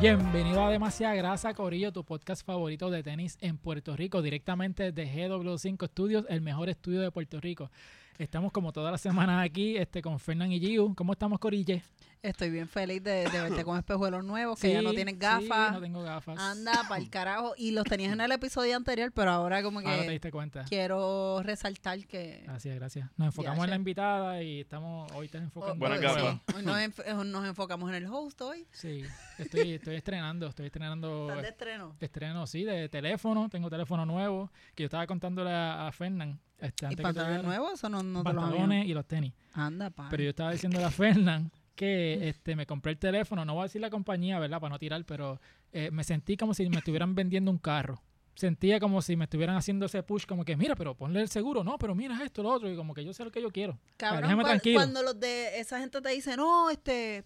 Bienvenido a Demasiada Grasa, Corillo, tu podcast favorito de tenis en Puerto Rico, directamente desde GW5 Studios, el mejor estudio de Puerto Rico. Estamos como todas las semanas aquí este, con Fernán y Giu. ¿Cómo estamos, Corille? Estoy bien feliz de, de verte con espejuelos nuevos, que ya no tienes gafas. Sí, no tengo gafas. Anda, para el carajo. Y los tenías en el episodio anterior, pero ahora como que Ahora Ah, te diste Ah, cuenta. quiero resaltar que... Gracias, gracias. Nos enfocamos en Ya, la sí. invitada y estamos hoy te enfocando. Oh, Buenas hoy- gafas. sí, hoy nos, enf- eh, nos enfocamos en el host hoy. Sí, estoy, estoy estrenando, estoy estrenando Estás de estreno. de estreno, sí, de teléfono, tengo teléfono nuevo, que yo estaba contándole a, a Fernán. Este, ¿Y antes que pantalones tú llegaras. nuevos? Eso no, no te los habían- pantalones y los tenis. Anda, pa. Pero yo estaba diciendo a Fernán que este, me compré el teléfono, no voy a decir la compañía, ¿verdad? Para no tirar, pero eh, me sentí como si me estuvieran vendiendo un carro. Sentía como si me estuvieran haciendo ese push, como que, mira, pero ponle el seguro, no, pero mira esto, lo otro, y como que yo sé lo que yo quiero. Cabrón, déjame cua- tranquilo. cuando los de esa gente te dice, no, este,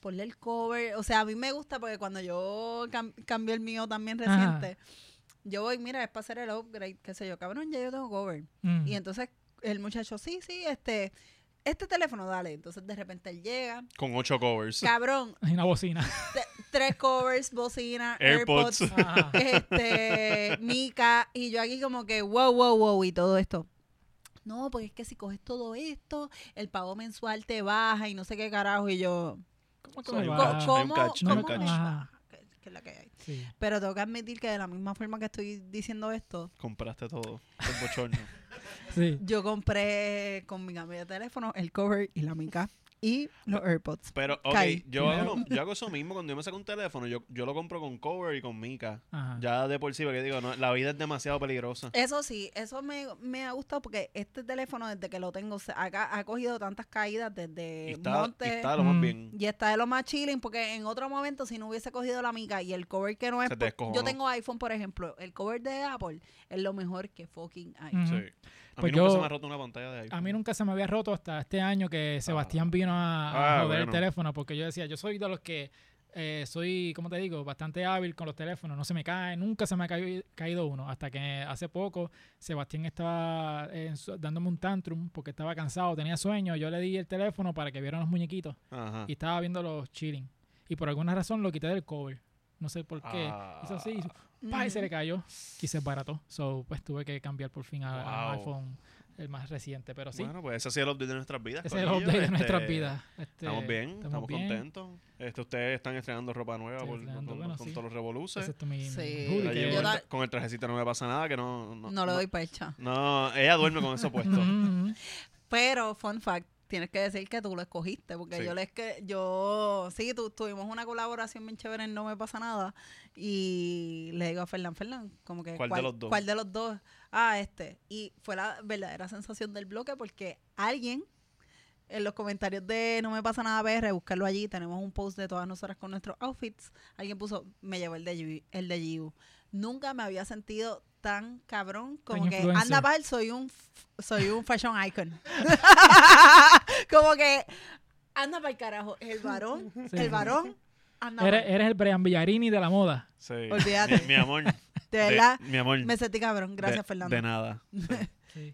ponle el cover. O sea, a mí me gusta porque cuando yo cam- cambié el mío también Ajá. reciente, yo voy, mira, es para hacer el upgrade, qué sé yo, cabrón, ya yo tengo cover. Mm. Y entonces el muchacho, sí, sí, este, este teléfono, dale. Entonces de repente él llega, Con ocho covers. cabrón, Y una bocina. te- tres covers, bocina, AirPods. AirPods, Ajá. este, mica, y yo aquí como que, wow, wow, wow, y todo esto. No, porque es que si coges todo esto, el pago mensual te baja y no sé qué carajo. Y yo, ¿Cómo que So, hay me un va? catch, ¿cómo, hay un catch, no hay me un cómo me catch. baja? Que- que es la que hay. Sí. Pero tengo que admitir que de la misma forma que estoy diciendo esto, Compraste todo. El bochorno. sí. yo compré con mi cambio de teléfono el cover y la mica y los AirPods. Pero, ok, Kai. yo hago, lo- yo hago eso mismo. Cuando yo me saco un teléfono, yo, yo lo compro con cover y con mica. Ajá. Ya de por sí, porque digo, no, la vida es demasiado peligrosa. Eso sí, eso me, me ha gustado porque este teléfono desde que lo tengo se- acá ha cogido tantas caídas Y desde está, y Eh, monte está lo más Mm. bien. y está de lo más chilling porque en otro momento si no hubiese cogido la mica y el cover que no es Se te por- descojonó. yo tengo iPhone por ejemplo, el cover de Apple es lo mejor que fucking hay. Mm. Sí. A Ujú. mí Pues nunca yo- se me ha roto una pantalla de ahí. A mí nunca se me había roto hasta este año que Sebastián vino a, a Ah, joder el bueno. teléfono porque yo decía, yo soy de los que eh, soy, ¿cómo te digo? Bastante hábil con los teléfonos, no se me cae, nunca se me ha caído, caído uno. Hasta que hace poco Sebastián estaba eh, en su- dándome un tantrum porque estaba cansado, tenía sueño, yo le di el teléfono para que vieran los muñequitos Ajá. y estaba viendo los chilling. Y por alguna razón lo quité del cover, no sé por qué. Ah. Hizo así, hizo- Mm. ¡pa! y se le cayó y se desbarató. So, pues tuve que cambiar por fin a- a un Wow. iPhone el más reciente, pero sí. Bueno, pues ese ha sido el update de nuestras vidas. Ese es el corillo. update de Este, nuestras vidas. Este, Estamos bien, estamos, bien. contentos. Este, ustedes están estrenando ropa nueva Estoy por- estrenando, con, bueno, con sí. todos los revoluces. Excepto mi, mi Sí. hoodie, Ella que- llegó Yo con ta- el tra- con el trajecito no me pasa nada, que no... No, no, le doy pecha. No, ella duerme con eso puesto. Ujú, ujú. Pero fun fact, tienes que decir que tú lo escogiste porque Sí. yo les que yo sí, tú, tuvimos una colaboración bien chévere en No me pasa nada y le digo a Fernán, Fernán, como que ¿Cuál de los dos? ¿Cuál de los dos? Ah, este. Y fue la verdadera sensación del bloque porque alguien en los comentarios de No me pasa nada PR, buscarlo allí, tenemos un post de todas nosotras con nuestros outfits. Alguien puso, me llevó el de Giu- el de Giu. Nunca me había sentido tan cabrón como Tan que influencer. anda pal, soy un f- soy un fashion icon. como que anda para el carajo, el varón, Sí. el varón anda pa'l- Eres, eres el Brian Villarini de la moda. Sí. Olvídate. Mi, mi amor. de verdad mi amor. me sentí cabrón, gracias de- Fernando. De nada.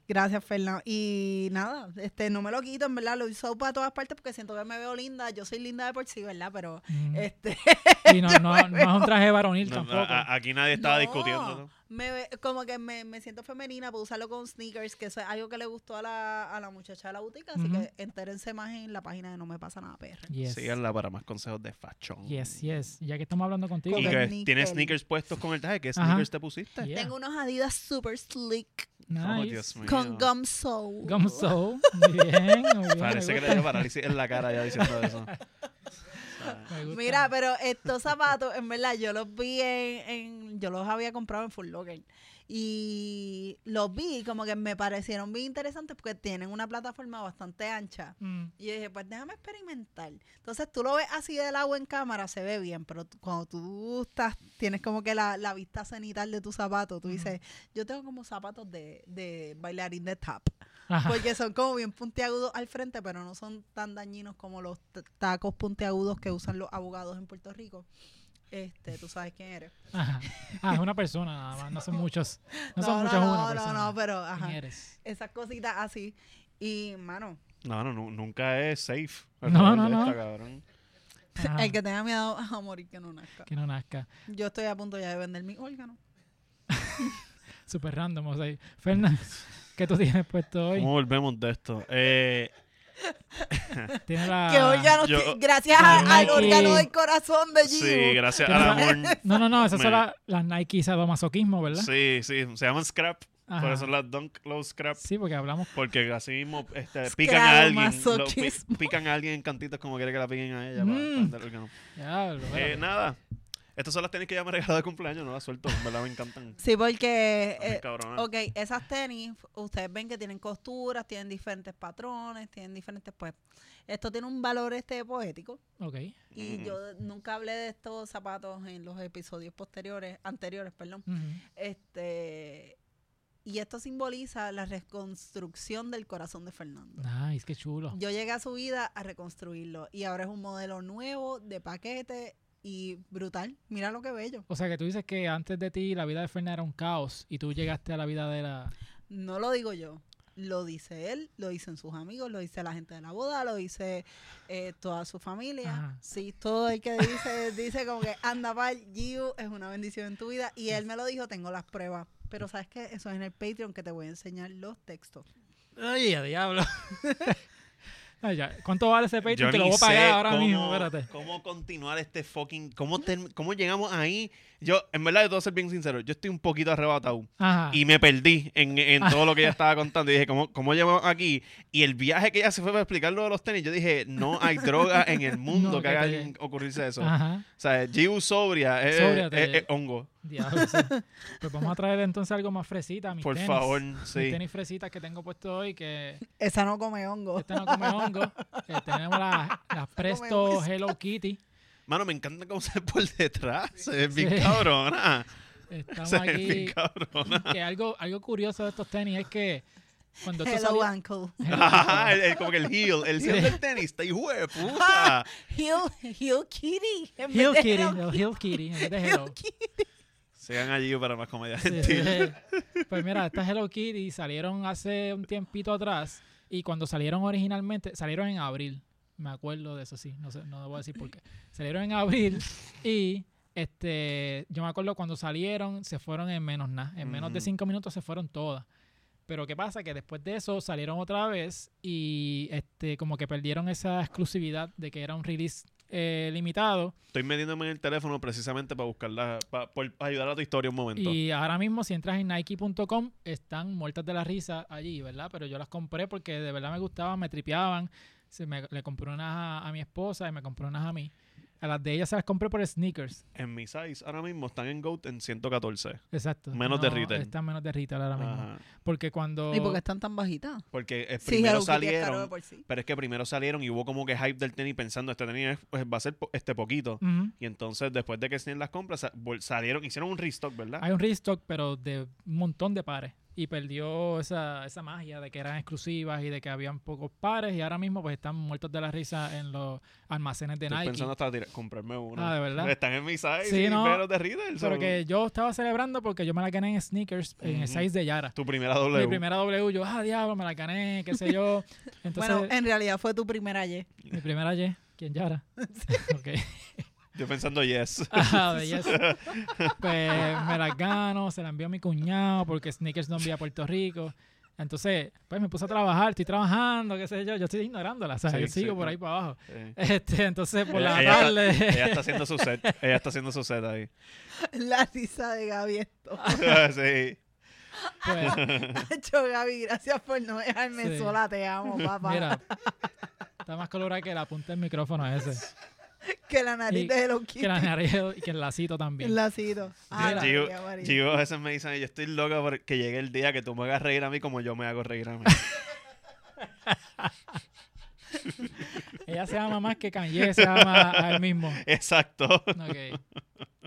Gracias, Fernando. Y nada, este no me lo quito, en verdad, lo uso para todas partes porque siento que me veo linda. Yo soy linda de por sí, ¿verdad? Pero Ujú. este Mm-hmm. y no, yo no, me no es un traje varonil No, tampoco. a- aquí nadie estaba No, discutiendo. Me, ve- como que me, me siento femenina, puedo usarlo con sneakers, que eso es algo que le gustó a la, a la muchacha de la boutique, así Ujú. que entérense más en la página de No Me Pasa Nada PR. yes. Síganla para más consejos de fashion. yes, yes. Ya que estamos hablando contigo. Y Con que el níquel. tienes sneakers puestos con el traje. ¿Qué Ajá. sneakers te pusiste? Yeah. Tengo unos Adidas super slick Oh, Nice. Dios mío. con gum sole. Gum soul. Muy bien, muy bien, Parece me que le gusta, dio parálisis en la cara ya diciendo eso. me gusta. Mira, pero estos zapatos, en verdad, yo los vi en, en- Yo los había comprado en Full Locker. Y los vi y como que me parecieron bien interesantes porque tienen una plataforma bastante ancha. Mm, Y yo dije, pues déjame experimentar. Entonces tú lo ves así del agua en cámara, se ve bien, pero tú- cuando tú estás, tienes como que la, la vista cenital de tu zapato, tú Ujú. dices, yo tengo como zapatos de, de bailarín de tap, ajá. porque son como bien puntiagudos al frente, pero no son tan dañinos como los t- tacos puntiagudos que usan los abogados en Puerto Rico. Este, tú sabes quién eres. Ajá. Ah, es una persona nada más. No son muchos. No, son muchos. no, una no, persona. no, pero ¿Quién ajá, eres? esas cositas así. Y, mano, No, no, nu- nunca es safe. No, no, Esta, no. cabrón. Ajá. El que tenga miedo a morir que no nazca. Que no nazca. Yo estoy a punto ya de vender mi órgano. Súper random. O sea, Fernan, ¿qué tú tienes puesto hoy? ¿Cómo volvemos de esto? Eh, Tiene la... que órgano, yo- que- gracias a- Nike. al órgano del corazón de Giu. sí, gracias ¿Qué al pasa? amor. No, no, no, esas son Me- las, las Nike sadomasoquismo, ¿verdad? Sí, sí, se llaman scrap. Por Ajá. eso las Dunk Low Scrap. Sí, porque hablamos. Porque así mismo este, Scrap, pican a alguien. lo pi- masoquismo. pican a alguien en cantitos como quiere que la piquen a ella. para- Mm. para vender órgano. Ya, lo- Eh, nada. Estas son las tenis que ya me regaló de cumpleaños, no las suelto, en ¿verdad? Me encantan. Sí, porque... Están bien eh, cabronas. ok, esas tenis, ustedes ven que tienen costuras, tienen diferentes patrones, tienen diferentes... Pues, esto tiene un valor este poético. ok. Y Mm. yo nunca hablé de estos zapatos en los episodios posteriores, anteriores, perdón. Ujú. Este... Y esto simboliza la reconstrucción del corazón de Fernando. Nice, qué chulo. Yo llegué a su vida a reconstruirlo y ahora es un modelo nuevo de paquete y brutal. Mira lo que bello. O sea, que tú dices que antes de ti la vida de Fernan era un caos y tú llegaste a la vida de la... No lo digo yo. Lo dice él, lo dicen sus amigos, lo dice la gente de la boda, lo dice eh, toda su familia. Ajá. Sí, todo el que dice, dice como que anda pal, Giu, es una bendición en tu vida. Y él me lo dijo, tengo las pruebas. Pero sabes que eso es en el Patreon que te voy a enseñar los textos. Ay, a diablo. Ay, ya. ¿Cuánto vale ese Patreon? Yo Te lo ni voy a pagar sé ahora cómo- mismo, espérate. ¿Cómo continuar este fucking... Cómo, term- cómo llegamos ahí? Yo, en verdad, debo ser bien sincero. Yo estoy un poquito arrebatado. Ajá. Y me perdí en, en Ah. todo lo que ella estaba contando. Y dije, ¿cómo, ¿cómo llegamos aquí? Y el viaje que ella se fue para explicar lo de los tenis, yo dije, no hay droga en el mundo No, que que haga te- Ah. alguien ocurrirse eso. Ajá. O sea, Giu sobria es, Sobria, es- te- es hongo. Diablo, sí. Pues vamos a traer entonces algo más fresita. Mis Por tenis. favor, Mis sí. tenis fresitas que tengo puesto hoy que... Esa no come hongo. Esta no come hongo. Eh, tenemos las las Presto whisky. Hello Kitty. Mano, me encanta cómo se ve por detrás. Se ve bien Sí. cabrona. Estamos Se ve aquí. bien cabrona. Que algo, algo curioso de estos tenis es que cuando tú Hello, salías... uncle. Ajá, el- el- como que el heel, el heel Sí. del tenis, está hijo de puta. Hill, Hill Kitty. en Hill vez de Kitty, Hello no, Hill Kitty, en vez de Hello. Kitty. Sigan allí para más comedia Sí, gentil. sí. Pues mira, estas Hello Kitty salieron hace un tiempito atrás y cuando salieron originalmente, salieron en abril. Me acuerdo de eso, sí. No sé, no debo decir por qué. Salieron en abril y este, yo me acuerdo cuando salieron, se fueron en menos nada. En menos de Ujú. cinco minutos se fueron todas. Pero ¿qué pasa? Que después de eso salieron otra vez y este, como que perdieron esa exclusividad de que era un release eh, limitado. Estoy metiéndome en el teléfono precisamente para buscarla, para, ayudar a tu historia un momento. Y ahora mismo, si entras en Nike.com, están muertas de la risa allí, ¿verdad? Pero yo las compré porque de verdad me gustaban, me tripeaban. Se me- le compré unas a, a mi esposa y me compré unas a mí. A las de ellas se las compré por sneakers. En mi size, ahora mismo están en GOAT en 114. Exacto. Menos de retail. Están menos de retail ahora mismo. Ajá. Porque cuando. ¿Y por qué están tan bajitas? Porque eh, Sí, primero Hello Kitty es caro de salieron. por sí. Pero es que primero salieron y hubo como que hype del tenis pensando, este tenis es- pues, va a ser po- este poquito. Ujú. Y entonces, después de que Snell las compras, sa- vol- salieron, hicieron un restock, ¿verdad? Hay un restock, pero de un montón de pares. Y perdió esa, esa magia de que eran exclusivas y de que habían pocos pares. Y ahora mismo, pues están muertos de la risa en los almacenes de Estoy Nike. pensando hasta tira- comprarme uno. Ah, ¿de verdad? Están en mi size, Sí, y no. pero de Riddle. Pero so- que yo estaba celebrando porque yo me la gané en sneakers, en el Ujú. 6 de Yara. Tu primera W. Mi primera W, yo, ah, diablo, me la gané, qué sé yo. Entonces, bueno, eh. en realidad fue tu primera Y. mi primera Y, ¿quién Yara? ok. Yo pensando yes. Ah, de yes. Pues me la gano, se la envió a mi cuñado porque sneakers no envía a Puerto Rico. Entonces, pues me puse a trabajar, estoy trabajando, qué sé yo, yo estoy ignorándola, o sea, Sí, yo sí, sigo por no. ahí para abajo. Sí. Este, entonces, por la Ella- tarde... Eh, Ella está haciendo su set. Ella está haciendo su set ahí. La risa de Gaby esto. sí. pues, Hacho, Gaby, gracias por no dejarme Sí. sola. Te amo, papá. mira, está más colorada que la punta del micrófono ese. que la nariz y- de Hello Kitty. que la nariz y que el lacito El también. lacito. Ah, la Gio, María, María. Gio a veces me dicen, yo estoy loca porque llegue el día que tú me hagas reír a mí como yo me hago reír a mí. Ella se ama más que Kanye se ama a él mismo. Exacto. Ok.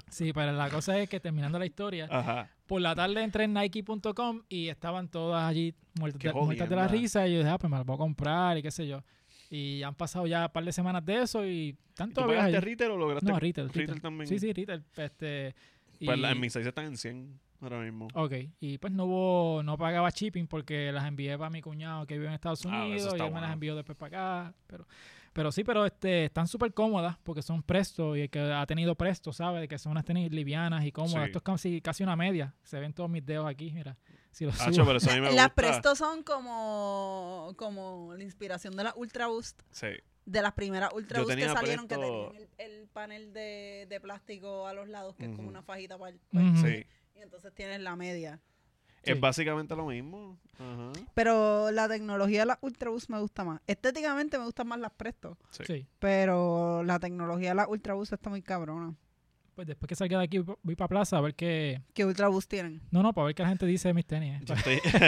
Sí, pero la cosa es que terminando la historia, Ajá. por la tarde entré en Nike.com y estaban todas allí muertas, Qué de, muertas de la jodienda. risa. Y yo dije, ah, pues me las voy a comprar y qué sé yo. Y han pasado ya un par de semanas de eso y ¿Y ¿Tú tanto pagaste retail o lograste? No, retail, retail. también. Sí, sí, retail. Este, y- Pues la- en mis 6 están en 100. ahora mismo. Ok, y pues no hubo, no pagaba shipping porque las envié para mi cuñado que vive en Estados Ah, eso Unidos y él está me las bueno. envió después para acá. Pero, pero sí, pero este, están súper cómodas porque son presto y el que ha tenido presto sabe de que son unas tenis livianas y cómodas. Sí. Esto es casi, casi una media. Se ven todos mis dedos aquí, mira. Si los Hacho, subo. pero eso a mí me Las gusta. Presto son como, como la inspiración de la Ultra Boost. Sí. De las primeras Ultra Yo Boost que tenía salieron, que Presto- tenían el, el panel de, de plástico a los lados, que es como Ujú. una fajita para el. Ujú. Sí. Y entonces tienes la media. Sí. Es básicamente lo mismo. Ajá. Pero la tecnología de las Ultraboost me gusta más. Estéticamente me gustan más las Presto. Sí. Sí. Pero la tecnología de las Ultraboost está muy cabrona. Pues después que salga de aquí voy- voy para plaza a ver qué... ¿Qué Ultraboost tienen? No, no, para ver qué la gente dice de mis tenis. eh. Yo estoy, yo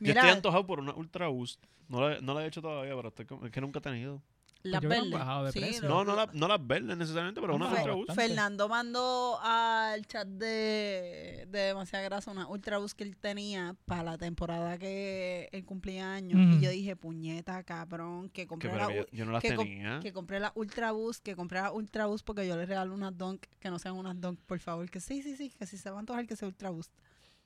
Mira, estoy antojado por una Ultra Boost. No la, no la he hecho todavía, pero estoy con- es que nunca he tenido. las yo creo que han verdes. bajado de precio. lo- No, no, la, no las verdes necesariamente, pero una Vamos a Ultra ver. Boost. Fernando mandó al chat de, de Demasiada Grasa una Ultraboost que él tenía para la temporada que él cumplía años. Mm. Y yo dije, puñeta, cabrón, que Que, compré pero la que yo, yo no las que com- tenía. que compré la Ultrabus, que compré la Ultrabus porque yo le regalo unas Dunk, que no sean unas Dunk, por favor, que sí, sí, sí, que si se van a antojar que sea Ultrabus.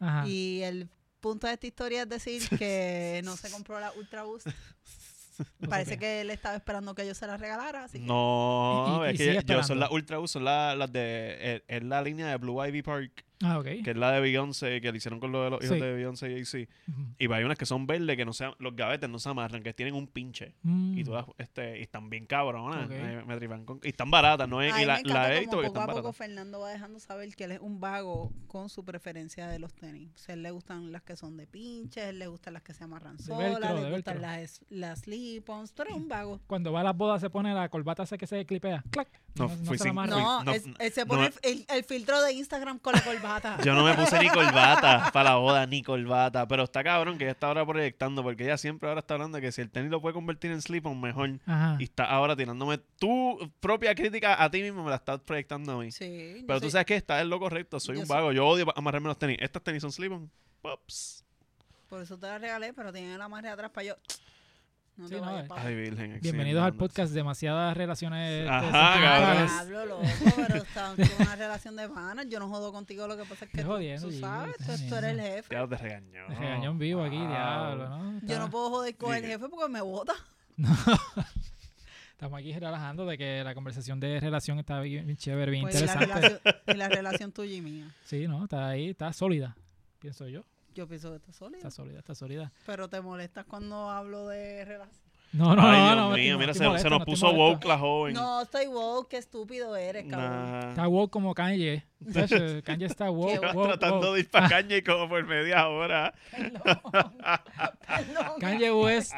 Ah. Ajá. Y el punto de esta historia es decir que no se compró la Ultrabus. No sé Parece qué. que él estaba esperando que yo se la regalara, así que No, Y- y- y sigue es que yo- yo esperando. son las Ultra Boost, son la- las de. eh, Es, es la línea de Blue Ivy Park, Ah, ok. que es la de Beyoncé, que le hicieron con lo de los hijos Sí. de Beyoncé y AC. Ujú. Y hay unas que son verdes, que no sean, los gavetes no se amarran, que tienen un pinche. Y Mm. todas este, y están bien cabronas. Ok. eh, me tripan con- y están baratas, ¿no? es- A mí y la, me encanta la he como visto que poco están a poco baratas. Fernando va dejando saber que él es un vago con su preferencia de los tenis. O sea, él le gustan las que son de pinches, él le gustan las que se amarran velcro, solas, de le gustan velcro. las, las slip-ons. Tú eres un vago. Cuando va a las bodas se pone la corbata esa que se clipea. ¡Clac! No, fui se sin- la amarra. No, no, es- no, él se no pone me- el, el filtro de Instagram con la corbata. Yo no me puse ni corbata para la boda, ni corbata. Pero está cabrón que ella está ahora proyectando, porque ella siempre ahora está hablando de que si el tenis lo puede convertir en slip-on, mejor. Ajá. Y está ahora tirándome tu propia crítica a ti mismo, me la estás proyectando a mí. Sí, yo Pero tú soy- sabes que está es lo correcto, soy yo un soy- vago, yo odio amarrarme los tenis. Estas tenis son slip-on. Pops. Por eso te la regalé, pero tiene la madre atrás para yo. No Sí, te no, vayas eh. pa' Ay, virgen. exigiendo, Bienvenidos al anda. podcast Demasiadas Relaciones Ajá, Sentimentales. cabrón. Diablo, loco, pero está en una relación de vanas. Yo no jodo contigo, lo que pasa es que Estoy tú, jodiendo, tú Gigi, sabes, tú, estás tú eres el jodiendo. jefe. Ya te regañó. Me regañó en vivo aquí, Wow. diablo, ¿no? Yo no Está- puedo joder con el Diga. jefe porque me vota. Estamos aquí relajando de que la conversación de relación está bien, bien chévere, bien Pues, y, la interesante. relación, y la relación tuya y mía. Sí, ¿no? Está ahí, está sólida, pienso yo. Yo pienso que está sólida. Está sólida, está sólida. Pero te molestas cuando hablo de relación. No, no, no, Ay, Dios no, mío, estoy- mira, estoy se, molesto, se no nos estoy puso molesto. woke la joven. No, estoy wow, qué estúpido eres, cabrón. Pues, Nah. Está woke como Kanye. Chacho, Kanye está woke, Llevas woke, woke. tratando de ir para caña y como por media hora. Perdón. Kanye West,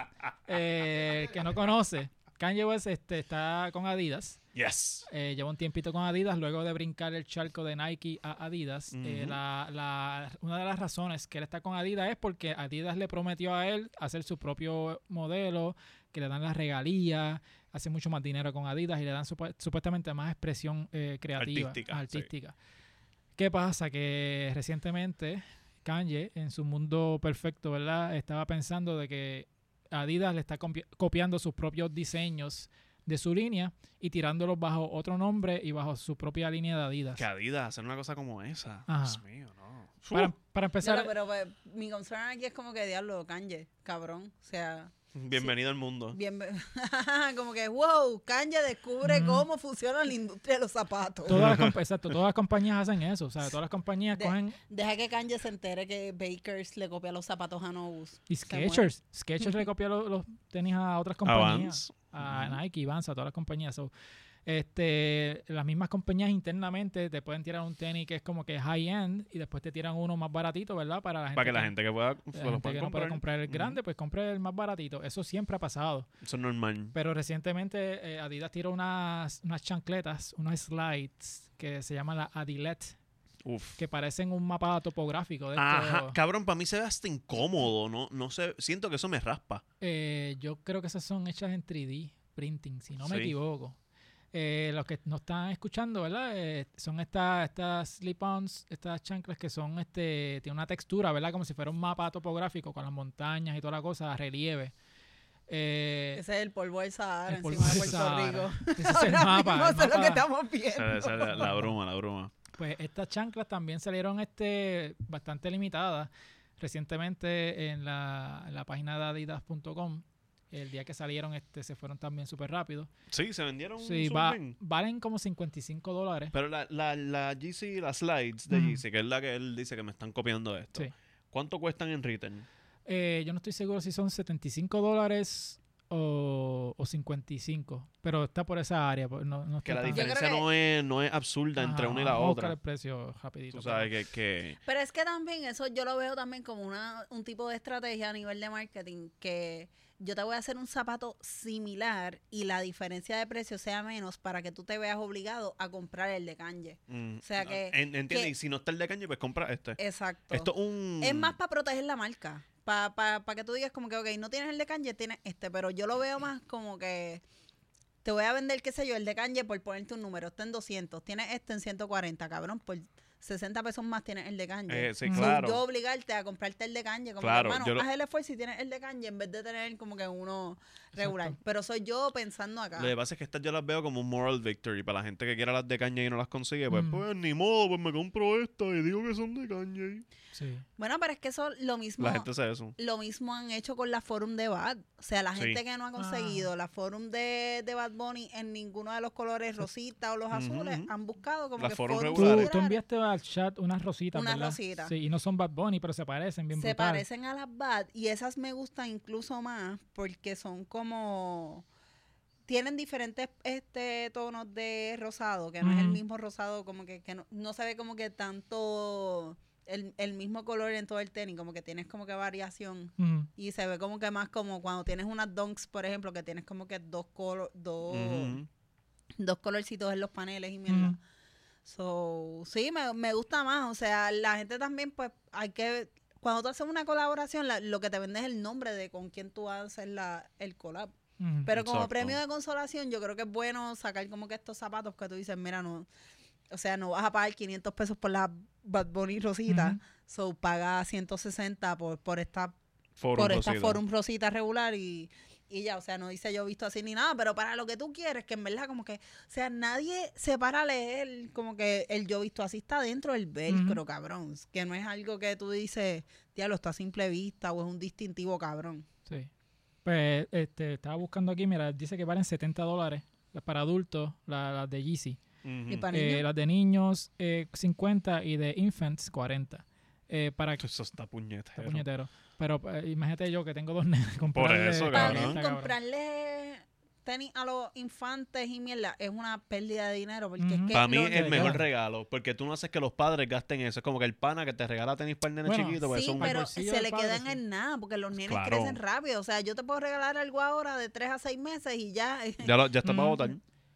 eh, el que no conoce, Kanye West este, está con Adidas. Yes. Eh, lleva un tiempito con Adidas, luego de brincar el charco de Nike a Adidas. eh, Ujú. la- la- una de las razones que él está con Adidas es porque Adidas le prometió a él hacer su propio modelo, que le dan las regalías, hace mucho más dinero con Adidas y le dan supu- supuestamente más expresión eh, creativa, Artística, sí. artística. ¿Qué pasa? Que recientemente Kanye, en su mundo perfecto, ¿verdad? Estaba pensando de que Adidas le está compi- copiando sus propios diseños de su línea y tirándolos bajo otro nombre y bajo su propia línea de Adidas. Que Adidas, hacer una cosa como esa. Ajá. Dios mío, no. Para, para Diablo, empezar, pero pues, mi concern aquí es como que diablo, Kanye, cabrón. O sea, Bienvenido al mundo. bien, como que wow, Kanye descubre Mm. cómo funciona la industria de los zapatos. todas las, compa- exacto, todas las compañías hacen eso. O sea, todas las compañías De- cogen Deja que Kanye se entere que Bakers le copia los zapatos a Nobus. y Se muere. Skechers. Skechers le copió los, los tenis a otras compañías. Avance. A Ujú. Nike, Vans, a todas las compañías. So, este, las mismas compañías internamente te pueden tirar un tenis que es como que high-end y después te tiran uno más baratito, ¿verdad? Para la gente Para que la gente que pueda, la lo gente pueda que no puede comprar el Ujú. grande, pues compre el más baratito. Eso siempre ha pasado. Eso es normal. Pero recientemente eh, Adidas tiró unas, unas chancletas, unas slides, que se llaman las Adilet, Uf. que parecen un mapa topográfico. De Ajá, esto. cabrón, para mí se ve hasta incómodo, ¿no? No sé, siento que eso me raspa. Eh, yo creo que esas son hechas en 3D printing, si no me Sí. equivoco. Eh, los que nos están escuchando, ¿verdad? Eh, son estas estas slip-ons, estas chanclas que son, este, tienen una textura, ¿verdad? Como si fuera un mapa topográfico con las montañas y toda la cosa, relieve. Eh, Ese es el polvo del Sahara el encima polvo de del Puerto Sahara. Rico. Ese es el Ahora mapa. mismo el eso es lo que mapa. estamos Esa- viendo. esa es la, la bruma, la bruma. Pues estas chanclas también salieron este, bastante limitadas recientemente en la, en la página de adidas.com. El día que salieron este, se fueron también súper rápido. Sí, se vendieron Sí, súper va- bien. valen como 55 dólares. Pero la, la, la GC, las slides de Ujú. GC, que es la que él dice que me están copiando esto. Sí. ¿Cuánto cuestan en retail? Eh, yo no estoy seguro si son 75 dólares o, o 55, pero está por esa área. por- No, no Que está la tan- creo diferencia que- no, es, no es absurda entre Ajá, una y la vamos a buscar otra. el precio rapidito. Tú sabes que, que- Pero es que también eso yo lo veo también como una, un tipo de estrategia a nivel de marketing que yo te voy a hacer un zapato similar y la diferencia de precio sea menos para que tú te veas obligado a comprar el de Kanye. mm, O sea no, que- en- entiende, que- y si no está el de caño, pues compra este. Exacto. Esto mm. es un... Es más para proteger la marca. Para que tú digas como que, ok, no tienes el de Kanye, tienes este. Pero yo lo veo más como que te voy a vender, qué sé yo, el de Kanye por ponerte un número. Está en 200. Tienes este en 140, cabrón. Por 60 pesos más tienes el de Kanye. Eh, sí, Mm. So, claro. Yo obligarte a comprarte el de Kanye. Como Claro, que, hermano, yo lo- haz el esfuerzo y tienes el de Kanye en vez de tener como que uno regular. Exacto. Pero soy yo pensando acá. Lo que pasa es que estas yo las veo como un moral victory. Para la gente que quiera las de caña y no las consigue, pues, Mm. pues ni modo, pues me compro esta y digo que son de caña. y- Sí. Bueno, pero es que eso lo mismo. La gente sabe eso. lo mismo han hecho con la forum de Bad. O sea, la Sí. gente que no ha conseguido la forum de, de Bad Bunny en ninguno de los colores rosita o los Ujú, azules, ujú. han buscado como Las que forum forums Tú, regulares. tú enviaste al chat unas rositas, Unas ¿verdad? rositas. Sí, y no son Bad Bunny, pero se parecen bien se brutal. parecen a las Bad y esas me gustan incluso más porque son como tienen diferentes este tonos de rosado, que no es el Ujú. mismo rosado, como que, que no, no se ve como que tanto el, el mismo color en todo el tenis, como que tienes como que variación. Ujú. Y se ve como que más como cuando tienes unas donks, por ejemplo, que tienes como que dos colo- dos, Ujú. dos colorcitos en los paneles y mierda. Ujú. So, sí, me, me gusta más. O sea, la gente también, pues, hay que. Cuando tú haces una colaboración, la- lo que te vende es el nombre de con quién tú haces la, el collab. Ujú. Pero como Exacto. premio de consolación, yo creo que es bueno sacar como que estos zapatos que tú dices, mira, no. O sea, no vas a pagar 500 pesos por la Bad Bunny Rosita. Ujú. So, paga 160 por, por esta Forum por esta Rosita. forum rosita regular y, y ya, o sea, no dice yo visto así ni nada, pero para lo que tú quieres, que en verdad como que, o sea, nadie se para a leer como que el yo visto así está dentro del velcro, cabrón, que no es algo que tú dices, diablo, está a simple vista o es un distintivo, cabrón. Sí. Pues este, estaba buscando aquí, mira, dice que valen 70 dólares las para adultos, la- las de Yeezy. Ujú. Y para Eh, niños, las de niños eh, 50 y de infants 40. Eh, para que Eso está puñetero. está puñetero. Pero eh, imagínate yo que tengo dos nenes comprarle- eso, para cabrón. está comprarle tenis a los infantes y mierda, es una pérdida de dinero, porque es Ujú. que... Para mí lo- es el mejor ya. regalo, porque tú no haces que los padres gasten eso. Es como que el pana que te regala tenis para el nene Bueno, chiquito, pues Sí, eso es un- Al pero bolsillo se del le padre, quedan sí. en nada porque los nenes Claro. crecen rápido. O sea, yo te puedo regalar algo ahora de 3 a 6 meses y ya. ya, lo- ya está para Mm. votar.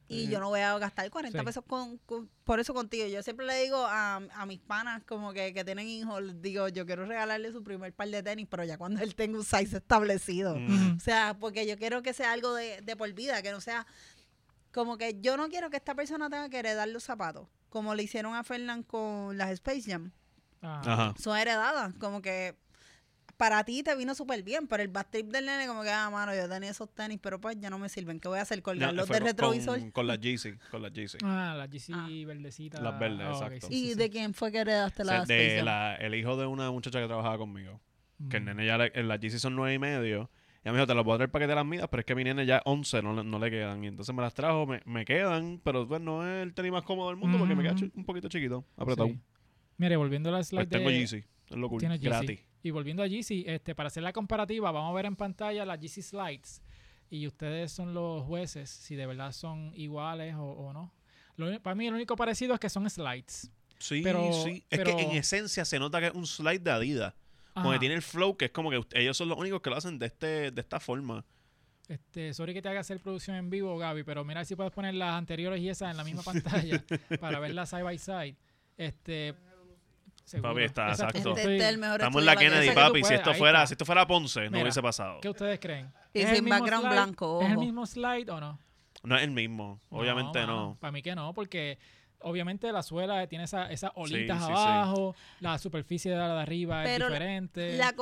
Y yo no voy a gastar 40 Sí. pesos con, con- por eso contigo. Yo siempre le digo a, a mis panas como que, que tienen hijos, les digo, yo quiero regalarle su primer par de tenis, pero ya cuando él tenga un size establecido. Mm. Ujú. O sea, porque yo quiero que sea algo de, de por vida, que no sea como que yo no quiero que esta persona tenga que heredar los zapatos, como le hicieron a Fernán con las Space Jam Ah, Ajá. son heredadas, como que para ti te vino súper bien, pero el bad trip del nene como que, ah, mano, yo tenía esos tenis, pero pues ya no me sirven, ¿qué voy a hacer? No, Colgarlos fue de con- retrovisor. Con, con las Yeezy, con las Yeezy. Ah, las Yeezy Ah. verdecitas. Las verdes, Ah, ok, exacto. ¿Y de quién fue que heredaste O sea, la Space de Jam? la- el hijo de una muchacha que trabajaba conmigo. Que el Mm. nene ya, le- en las Yeezy son nueve y medio. Y ella me dijo, te las voy a traer para que te las midas, pero es que mi nene ya 11 no, le- no le quedan. Y entonces me las trajo, me, me quedan, pero pues no es el tenis más cómodo del mundo porque me queda Ujú. chi- un poquito chiquito, apretado. Sí. Mire, volviendo a la slide Pues tengo de- Yeezy, es lo cool, Tiene Yeezy. gratis. Y volviendo a Yeezy, este, para hacer la comparativa, vamos a ver en pantalla las Yeezy Slides. Y ustedes son los jueces, si de verdad son iguales o, o no. Lo uni- para mí, el único parecido es que son slides. Sí, Pero- sí. Es pero- que en esencia se nota que es un slide de Adidas. Porque Ajá. tiene el flow que es como que ust- ellos son los únicos que lo hacen de este de esta forma. Este, sorry que te haga hacer producción en vivo, Gaby, pero mira si puedes poner las anteriores y esas en la misma pantalla para verlas side by side. Este, seguro. Papi, está Este, exacto. estoy- este es el mejor Estamos en estudio la de que Kennedy, tú cabeza. papi. Si puedes, esto ahí fuera, está. si esto fuera Ponce, no Mira, hubiese pasado. ¿Qué ustedes creen? Y ¿Es el sin mismo background slide? blanco, ¿Es el ojo. mismo slide o no? No es el mismo, obviamente no. Para mí que no, porque obviamente la suela tiene esa- esas olitas sí, sí. abajo, la superficie de la de arriba Pero es la- diferente. La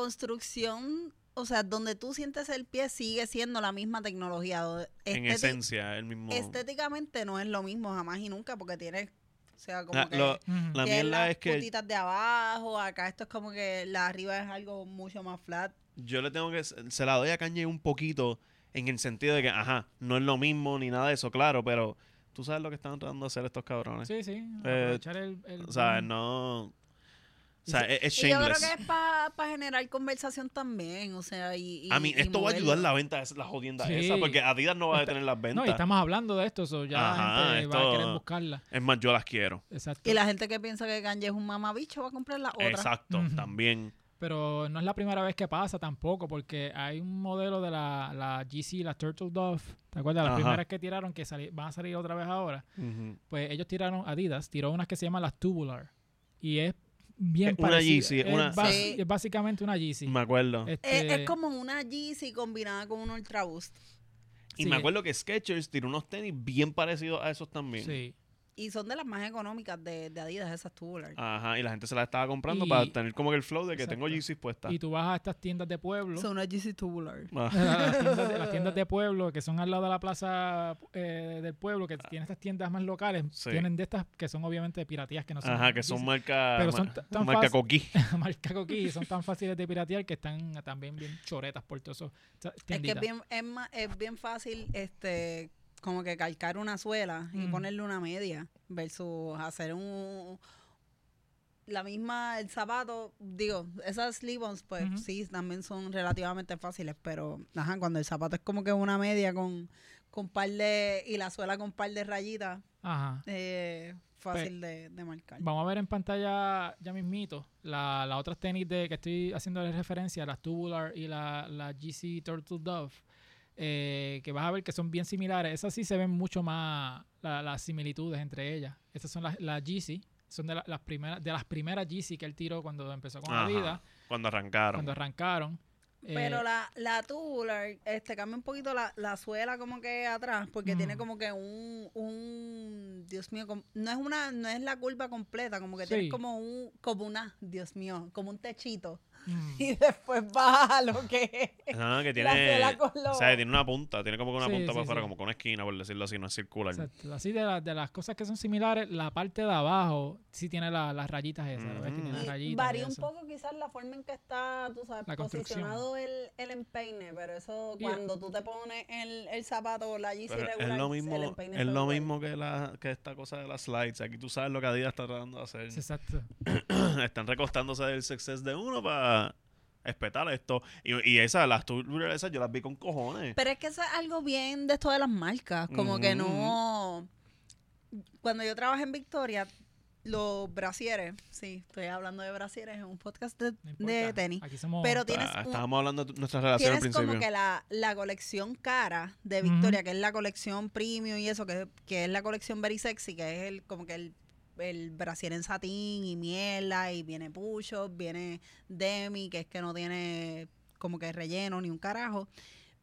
construcción, o sea, donde tú sientes el pie sigue siendo la misma tecnología. do- En esteti- esencia, el mismo. este Estéticamente no es lo mismo jamás y nunca porque tiene sea, como Ah, que... lo- Ujú. La que es mierda las es que- puntitas de abajo, acá esto es como que la arriba es algo mucho más flat. Yo le tengo que. Se la doy a Kanye un poquito en el sentido de que, ajá, no es lo mismo ni nada de eso, claro, pero tú sabes lo que están tratando de hacer estos cabrones. Sí, sí. Eh, aprovechar el- el- O sea, no. O sea, es, es Y yo creo shameless. que es para generar conversación también, o sea, y... y- a mí, y esto va a ayudar moverlo. la venta, es la jodienda Sí. esa, porque Adidas no va a detener las No, ventas. y estamos hablando de esto, so ya Ajá, la gente va a esto- querer buscarla. Es más, yo las quiero. Exacto. Y la gente que piensa que Kanye es un mamabicho va a comprar la otra. Exacto, Ujú. también. Pero no es la primera vez que pasa tampoco, porque hay un modelo de la, la GC, la Turtle Dove, ¿te acuerdas? Las Ajá. primeras que tiraron que sali- van a salir otra vez ahora. Ujú. Pues ellos tiraron Adidas, tiró unas que se llaman las Tubular. Y es bien Es Eh, una parecida. Yeezy, es una- Es, bas- Sí. es básicamente una Yeezy. Me acuerdo. Es, Este, es como una Yeezy combinada con un Ultra Boost. y sí. me acuerdo que Skechers tiró unos tenis bien parecidos a esos también. Sí. Y son de las más económicas de, de Adidas, esas tubular. Ajá, y la gente se las estaba comprando Y- para tener como que el flow de que tengo Exacto. Yeezys puestas. Y tú vas a estas tiendas de pueblo. Son una Yeezy tubular. las, Ah. tiendas de, las tiendas de pueblo que son al lado de la plaza eh, del pueblo que tienen estas tiendas más locales Sí. tienen de estas que son obviamente de piratías que no son Ajá, que son marcas marca, Pero son ma- t- tan marca fácil- coquí. marca coquí y son tan fáciles de piratear que están también bien choretas por todo eso Es que es bien, es, ma- es bien fácil este como que calcar una suela y Mm. ponerle una media versus hacer un la misma el zapato digo esas slip-ons pues Ujú. sí también son relativamente fáciles pero ajá cuando el zapato es como que una media con con par de y la suela con par de rayitas Ajá. eh, fácil de, de marcar Vamos a ver en pantalla ya mismito la, la otras tenis de que estoy haciendo referencia, las Tubular y la, la GC Turtle Dove, eh, que vas a ver que son bien similares. Esas sí se ven mucho más la- las similitudes entre ellas. Estas son las, las GC, son de, la- las primeras, de las primeras GC que él tiró cuando empezó con Ajá, la vida, Cuando arrancaron. cuando arrancaron. Eh, Pero la, la tubular, este, cambia un poquito la, la suela como que atrás, porque tiene Mm. como que un, un, Dios mío, com- no es una, no es la curva completa, como que Sí. tiene como un, como una, Dios mío, como un techito. mm, Y después baja lo que es. Ajá, que La tiene. suela con o los- sea, tiene una punta, tiene como que una Sí, punta sí, para afuera, sí. como con una esquina, por decirlo así, no es circular. exacto. Así de, la- de las cosas que son similares, la parte de abajo sí tiene la- las rayitas esas. la verdad es que tiene Mm. las Y rayitas y varía un eso. poco quizás la forma en que está, tú sabes, La construcción. posicionado el, el empeine, pero eso Y- cuando tú te pones el, el zapato o la Yeezy Pero regular, es lo el mismo, empeine fue es lo igual. mismo que, la, que esta cosa de las slides. Aquí tú sabes lo que Adidas está tratando de hacer. Exacto. Están recostándose del success de uno para espetar esto. Y, y esas, las tubular esas, yo las vi con cojones. Pero es que eso es algo bien de todas las marcas. Como que no. Cuando yo trabajé en Victoria, los brasieres, sí, estoy hablando de brasieres en un podcast de, No importa. de tenis. Aquí somos Pero Ah, tienes, un- Estábamos hablando de tu- nuestra relación al tienes principio. como que la, la colección cara de Ujú. Victoria, que es la colección premium y eso, que, que es la colección very sexy, que es el como que el el brasier en satín y mierda y viene pucho, viene demi, que es que no tiene como que relleno ni un carajo,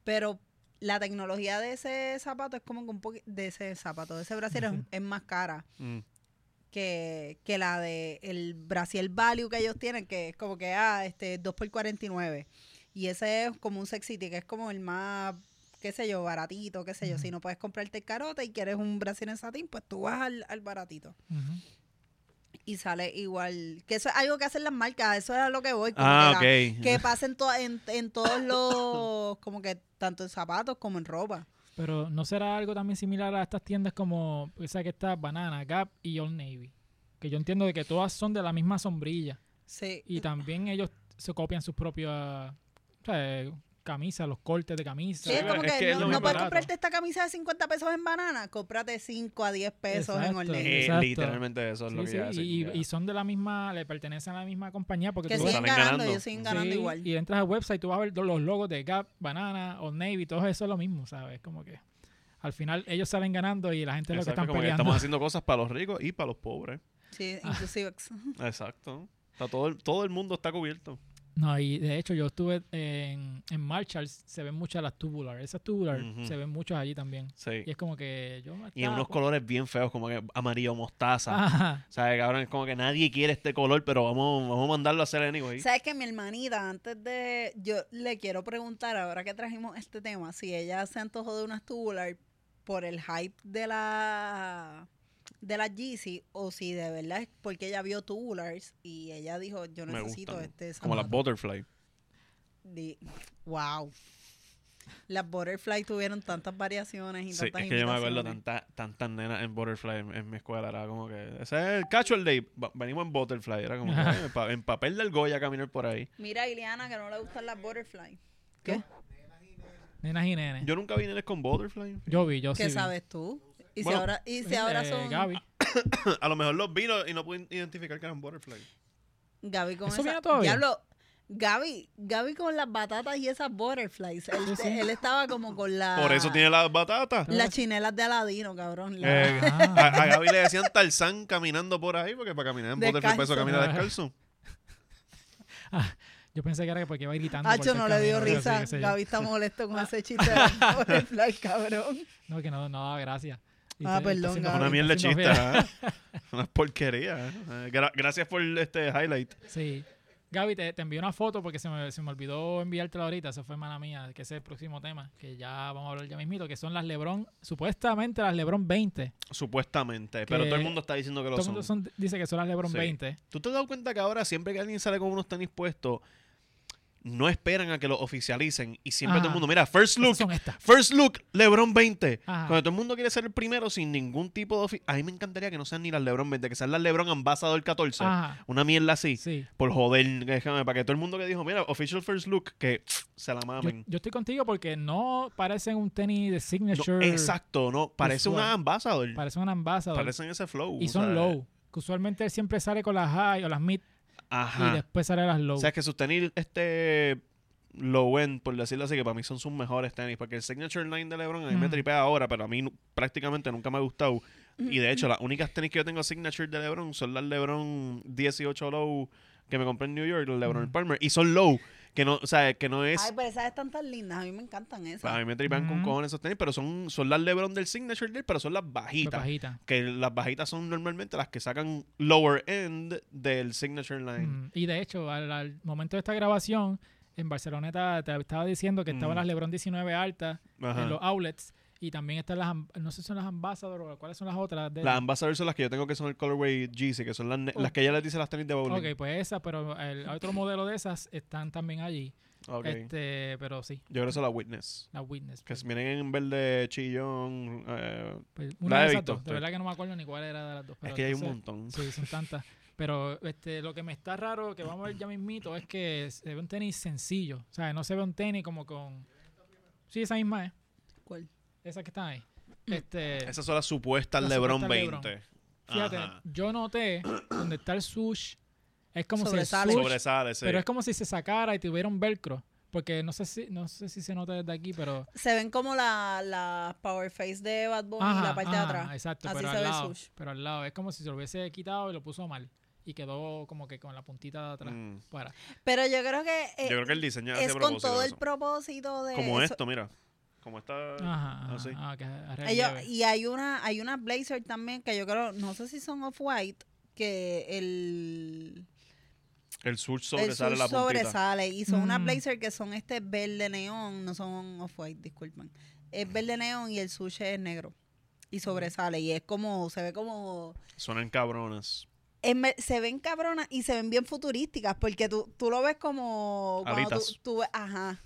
pero la tecnología de ese zapato es como que un poquito de ese zapato, de ese brasier es- Ujú. es más cara Mm. que, que la de el Brasil Value que ellos tienen, que es como que ah, este 2 por 49. Y ese es como un sexity, que es como el más, qué sé yo, baratito, qué sé yo. Ujú. Si no puedes comprarte el carota y quieres un Brasil en satín, pues tú vas al, al baratito. Ujú. Y sale igual. Que eso es algo que hacen las marcas, eso es a lo que voy. como Ah, que la- ok. que pasa en, to- en, en todos los, como que tanto en zapatos como en ropa. Pero ¿no será algo también similar a estas tiendas como esa que está Banana, Gap y Old Navy? Que yo entiendo de que todas son de la misma sombrilla. Sí. Y ah. también ellos se copian sus propias o sea, eh, camisas, los cortes de camisas. Sí, es Sí, como es que, que es no, lo no mismo. puedes Barato. comprarte esta camisa de 50 pesos en banana, cómprate 5 a 10 pesos en Exacto. Orlando. Eh, Exacto. literalmente eso es lo que Sí, sí, ya hacen, y, ya. y son de la misma, le pertenecen a la misma compañía porque Que tú sí, vas- siguen salen ganando, ganando. ellos siguen ganando Sí, igual. Y entras al website, tú vas a ver los logos de Gap, Banana, Old Navy, todo eso es lo mismo, ¿sabes? Como que al final ellos salen ganando y la gente es lo que Exacto, están como que peleando. estamos haciendo cosas para los ricos y para los pobres. Sí, ah. inclusive. Exacto. Está todo, el, todo el mundo está cubierto. No, y de hecho yo estuve en, en Marshall, se ven muchas las tubular. Esas tubular Ujú. se ven muchas allí también. Sí. Y es como que yo... Y Ah, en unos colores bien feos, como que amarillo mostaza. Ajá. O sea, cabrón, es como que nadie quiere este color, pero vamos, vamos a mandarlo a hacer anyway. Sabes que mi hermanita, antes de. Yo le quiero preguntar, ahora que trajimos este tema, si ella se antojó de unas tubular por el hype de la. de las Yeezy o si de verdad es porque ella vio Tubulars y ella dijo, yo Me necesito gustan. este zapato. Como las butterfly. Di- wow. Las Butterfly tuvieron tantas variaciones y Sí, es tantas que yo me acuerdo imitaciones. tantas tantas nenas en Butterfly en, en mi escuela. Era como que. Ese es el casual day. va- Venimos en Butterfly. Era como que, Ajá. "Ay, en, pa- en papel del Goya caminar por ahí. Mira a Ileana que no le gustan las Butterfly. ¿Qué? Nenas y nenes. Yo, Yo nunca vi nenes con Butterfly. vi, yo sí. ¿Qué vi. sabes tú? Y si Bueno, ahora, y si Eh, ahora son Gaby. A lo mejor los vi no- y no pude identificar que eran Butterfly. Gaby con ¿Eso esas- viene todavía? Diablo, Gaby, Gaby con las batatas y esas butterflies. Él, Sí, sí. él estaba como con la Por eso tiene las batatas. las chinelas de Aladino, cabrón. la- Eh, a, Ah, a Gaby le decían Tarzán caminando por ahí, porque para caminar en Butterfly, para Descalzo. eso camina descalzo. yo pensé que era Ah, porque iba gritando. por Hacho todo no el le dio camino, algo así, risa. qué sé yo. Gaby está molesto con ese chiste de las butterflies, cabrón. No, que no, no daba gracia. Y Ah, te- perdón, está haciendo- Gaby. Una está mierda de haciendo fea. chiste, ¿eh? Una porquería. ¿eh? Eh, gra- gracias por este highlight. Sí. Gaby, te, te envié una foto porque se me, se me olvidó enviártela ahorita. Esa fue mala mía, que ese es el próximo tema, que ya vamos a hablar ya mismito, que son las Lebron, supuestamente las Lebron 20. Supuestamente, pero todo el mundo está diciendo que lo Todo el mundo son. son- dice que son las Lebron Sí. 20. ¿Tú te has dado cuenta que ahora siempre que alguien sale con unos tenis puestos, no esperan a que lo oficialicen y siempre Ajá. todo el mundo, mira, first Esas look, son estas. first look, LeBron 20. Ajá. Cuando todo el mundo quiere ser el primero sin ningún tipo de ofi- A mí me encantaría que no sean ni las LeBron 20, que sean las LeBron Ambassador 14. Ajá. Una mierda así. Sí. Por joder, déjame, para que todo el mundo que dijo, mira, official first look, que se la Yo, mamen. yo estoy contigo porque no parecen un tenis de No, signature. exacto, no, parece una usual. ambassador. Parecen un ambassador. Parecen ese flow. y o son sea, low. Que usualmente él siempre sale con las high o las mid y Ajá. después sale las low. O sea, que sus tenis, este low end, por decirlo así, que para mí son sus mejores tenis. Porque el Signature Line de LeBron a mí me Mm. tripea ahora, pero a mí nu- prácticamente nunca me ha gustado. Y de hecho, las únicas tenis que yo tengo Signature de LeBron son las LeBron 18 Low que me compré en New York, los LeBron Mm. Palmer. Y son low, que no, o sea, que no es. Ay, pero esas están tan lindas. A mí me encantan esas. a mí me tripean con Mm. cojones esos tenis, pero son, son las LeBron del Signature Day, pero son las bajitas. Pues bajita. Que las bajitas son normalmente las que sacan lower end del Signature Line. Mm, Y de hecho, al, al momento de esta grabación, en Barceloneta te estaba diciendo que estaban Mm. las Lebron 19 altas Ajá. en los outlets y también están las, am- no sé si son las Ambassador o cuáles son las otras. De, Las Ambassador son las que yo tengo que son el colorway Jeezy, que son las, ne- Oh. las que ella les dice las tenis de bowling. ok, pues esas, pero el otro modelo de esas están también allí. Ok. Este, pero sí, Yo creo que son las Witness. las Witness. Que pues, si vienen en verde chillón. eh, pues, la una he de esas visto, dos. De sí. verdad que no me acuerdo ni cuál era de las dos. es pero que hay un entonces- montón. Sí, son tantas. Pero este, lo que me está raro, que vamos a ver ya mismito, es que se ve un tenis sencillo. O sea, no se ve un tenis como con... Sí, esa misma es. ¿Cuál? Esas que están ahí. Este, Esas son las supuestas Las LeBron supuestas LeBron. 20. fíjate, Ajá. yo noté donde está el sush. Es como Sobresale. si el sush- Sobresale, sí. Pero es como si se sacara y tuviera un velcro. Porque no sé si, no sé si se nota desde aquí, pero... Se ven como la, la Power Face de Bad Bunny y la parte de ajá, atrás. Exacto, Así pero se al ve el lado. sush. Pero al lado. Es como si se lo hubiese quitado y lo puso mal. Y quedó como que con la puntita de atrás. Mm. Para. Pero yo creo que, eh, Yo creo que el diseño hace es con propósito todo el eso. propósito de. Como eso- esto, mira. Como esta. Ajá. Así. ajá, ah, que a Ellos- relieve. y hay una, hay una blazer también que yo creo, no sé si son off white, que el, El sur el sobresale sur la puntita. sobresale. Y son unas Mm. blazer que son este verde neón, no son off white, disculpen. Es verde neón y el sushi es negro. Y sobresale. Y es como, se ve como Suenan cabronas. en ver- se ven cabronas y se ven bien futurísticas porque tú, tú lo ves como cuando tú, Alitas. tú ves- ajá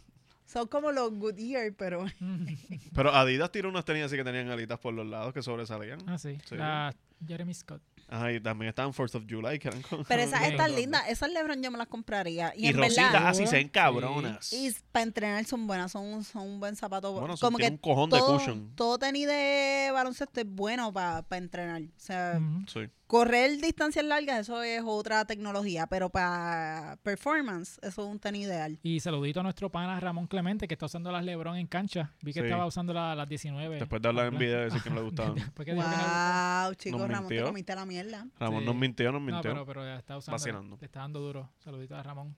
son como los Goodyear pero Mm, Pero Adidas tiró unas tenis así que tenían alitas por los lados que sobresalían. Ah, sí. Sí. La Jeremy Scott. Ajá, y también estaban Fourth of July, que eran con- pero esas Ok. están lindas esas Lebron yo me las compraría y, Y, en Rosita, verdad así se ven cabronas. y para entrenar son buenas son un, son un buen zapato Bueno, son- como tiene que un cojón de todo, cushion. todo tenis de baloncesto es bueno para entrenar o sea Ujú. Sí. correr distancias largas eso es otra tecnología pero para performance eso es un tenis ideal Y saludito a nuestro pana Ramón Clemente, que está usando las Lebron en cancha. Vi que Sí. estaba usando la- las 19. Después de hablar en video y decir que no le gustaban. Después que dijo que no- Wow, chicos, Nos Ramón, te mintió. comiste la mierda. Ramón Sí. nos mintió, nos no, mintió. pero, pero está usando. Vacilando. Le está dando duro. Saludito a Ramón.